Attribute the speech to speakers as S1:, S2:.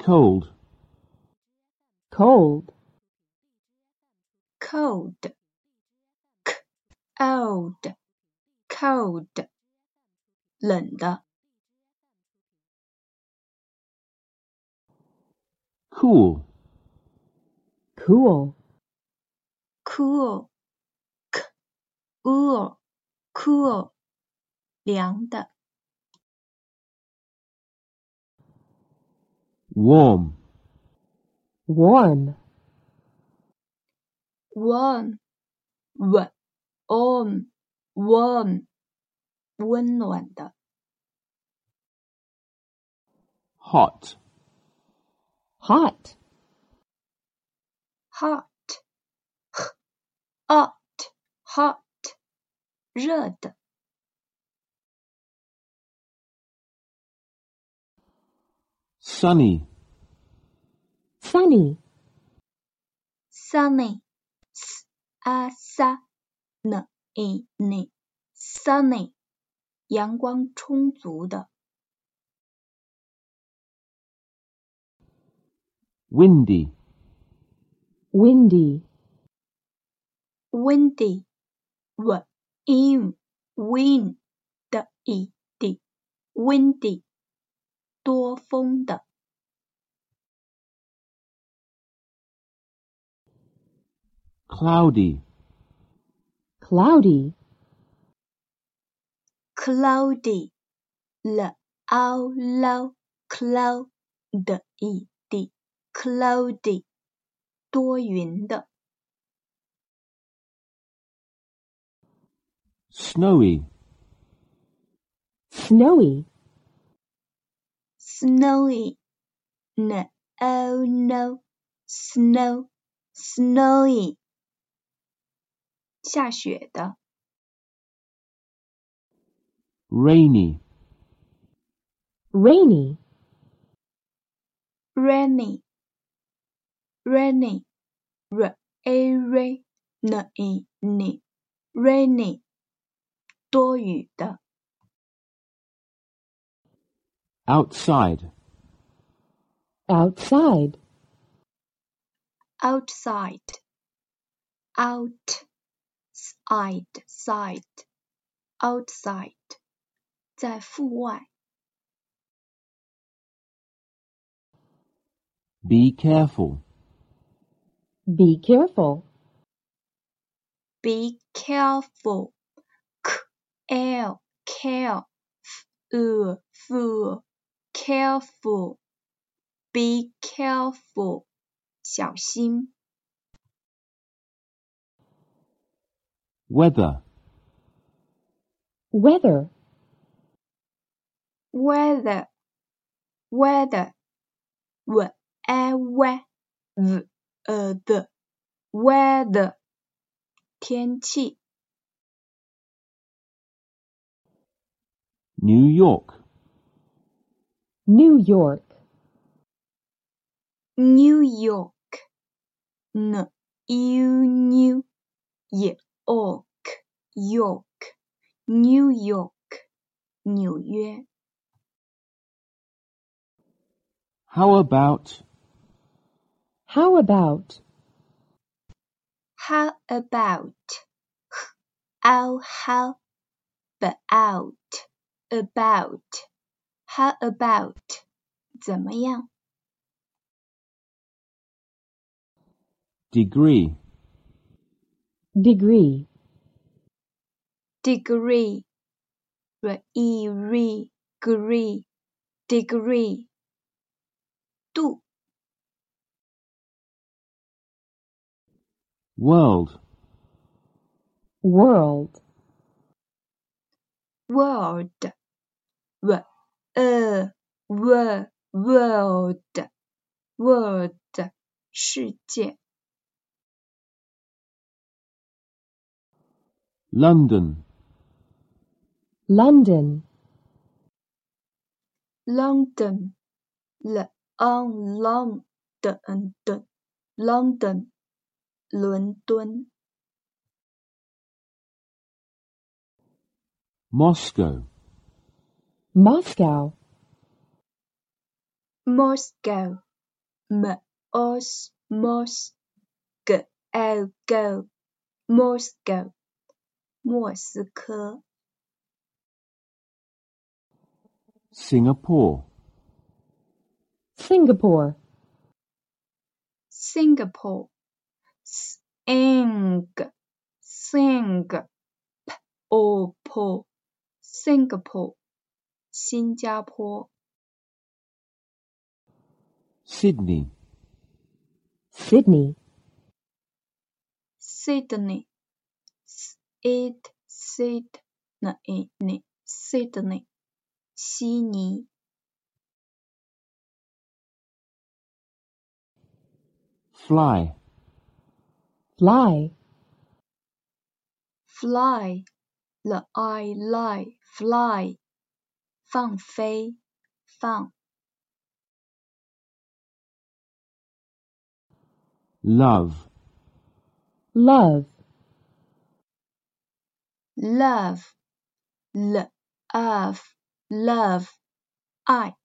S1: cold,
S2: cold,
S3: cold, cold, cold，冷的
S1: cool,
S2: cool,
S3: cool, cool, cool，凉的
S1: warm,
S2: warm,
S3: warm, warm, warm，温暖的
S1: hot,
S2: hot,
S3: hot, hot, hot，热的
S1: sunny,
S2: sunny,
S3: sunny, s a s a n i n sunny，阳光充足的
S1: windy,
S2: windy,
S3: windy, w in wind 的 e d windy，多风的
S1: cloudy,
S2: cloudy,
S3: cloudy, l o l cloud 的 e d cloudy，多云的
S1: snowy,
S2: snowy,
S3: snowy, n o no snow snowy，下雪的
S1: rainy,
S2: rainy,
S3: rainy, rainy, r a r i n i n rainy，多雨的
S1: outside,
S2: outside,
S3: outside, outside, side, outside，在户外
S1: be careful,
S2: be careful,
S3: be careful. K L care f u careful be careful 小心
S1: weather,
S2: weather,
S3: weather weather w a y v e the weather 天气
S1: New York,
S2: New York,
S3: New York, N U New York, York, New York，纽约。
S1: how about
S2: how about,
S3: How about? How how about about? How about? 怎么样
S1: degree,
S2: degree,
S3: ？Degree, re re degree, degree，度。
S1: world,
S2: world,
S3: world w e w world world 世界
S1: London,
S2: London,
S3: London l on long 的 n 的 London 伦敦
S1: Moscow,
S2: Moscow,
S3: Moscow Mos Mos Go Go Moscow 莫斯科
S1: Singapore,
S2: Singapore,
S3: Singapore Sing Sing P O P Singapore 新加坡
S1: Sydney,
S2: Sydney,
S3: Sydney Sid Sydney Sydney 悉尼
S1: fly,
S2: fly,
S3: fly l i lie fly 放飞放
S1: love,
S2: love,
S3: love l of love 爱